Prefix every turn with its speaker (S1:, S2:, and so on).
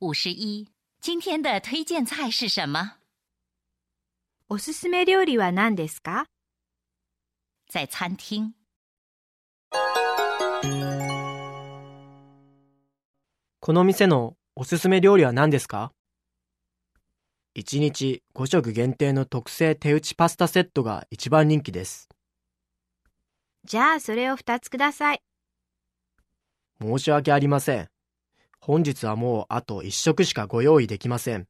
S1: 五十一，今天的推荐菜是什么？
S2: おすすめ料理は何ですか
S1: 在餐厅。
S3: この店のおすすめ料理は何ですか ?1 日5食限定の特製手打ちパスタセットが一番人気です。
S2: じゃあそれを2つください。
S3: 申し訳ありません。本日はもうあと1食しかご用意できません。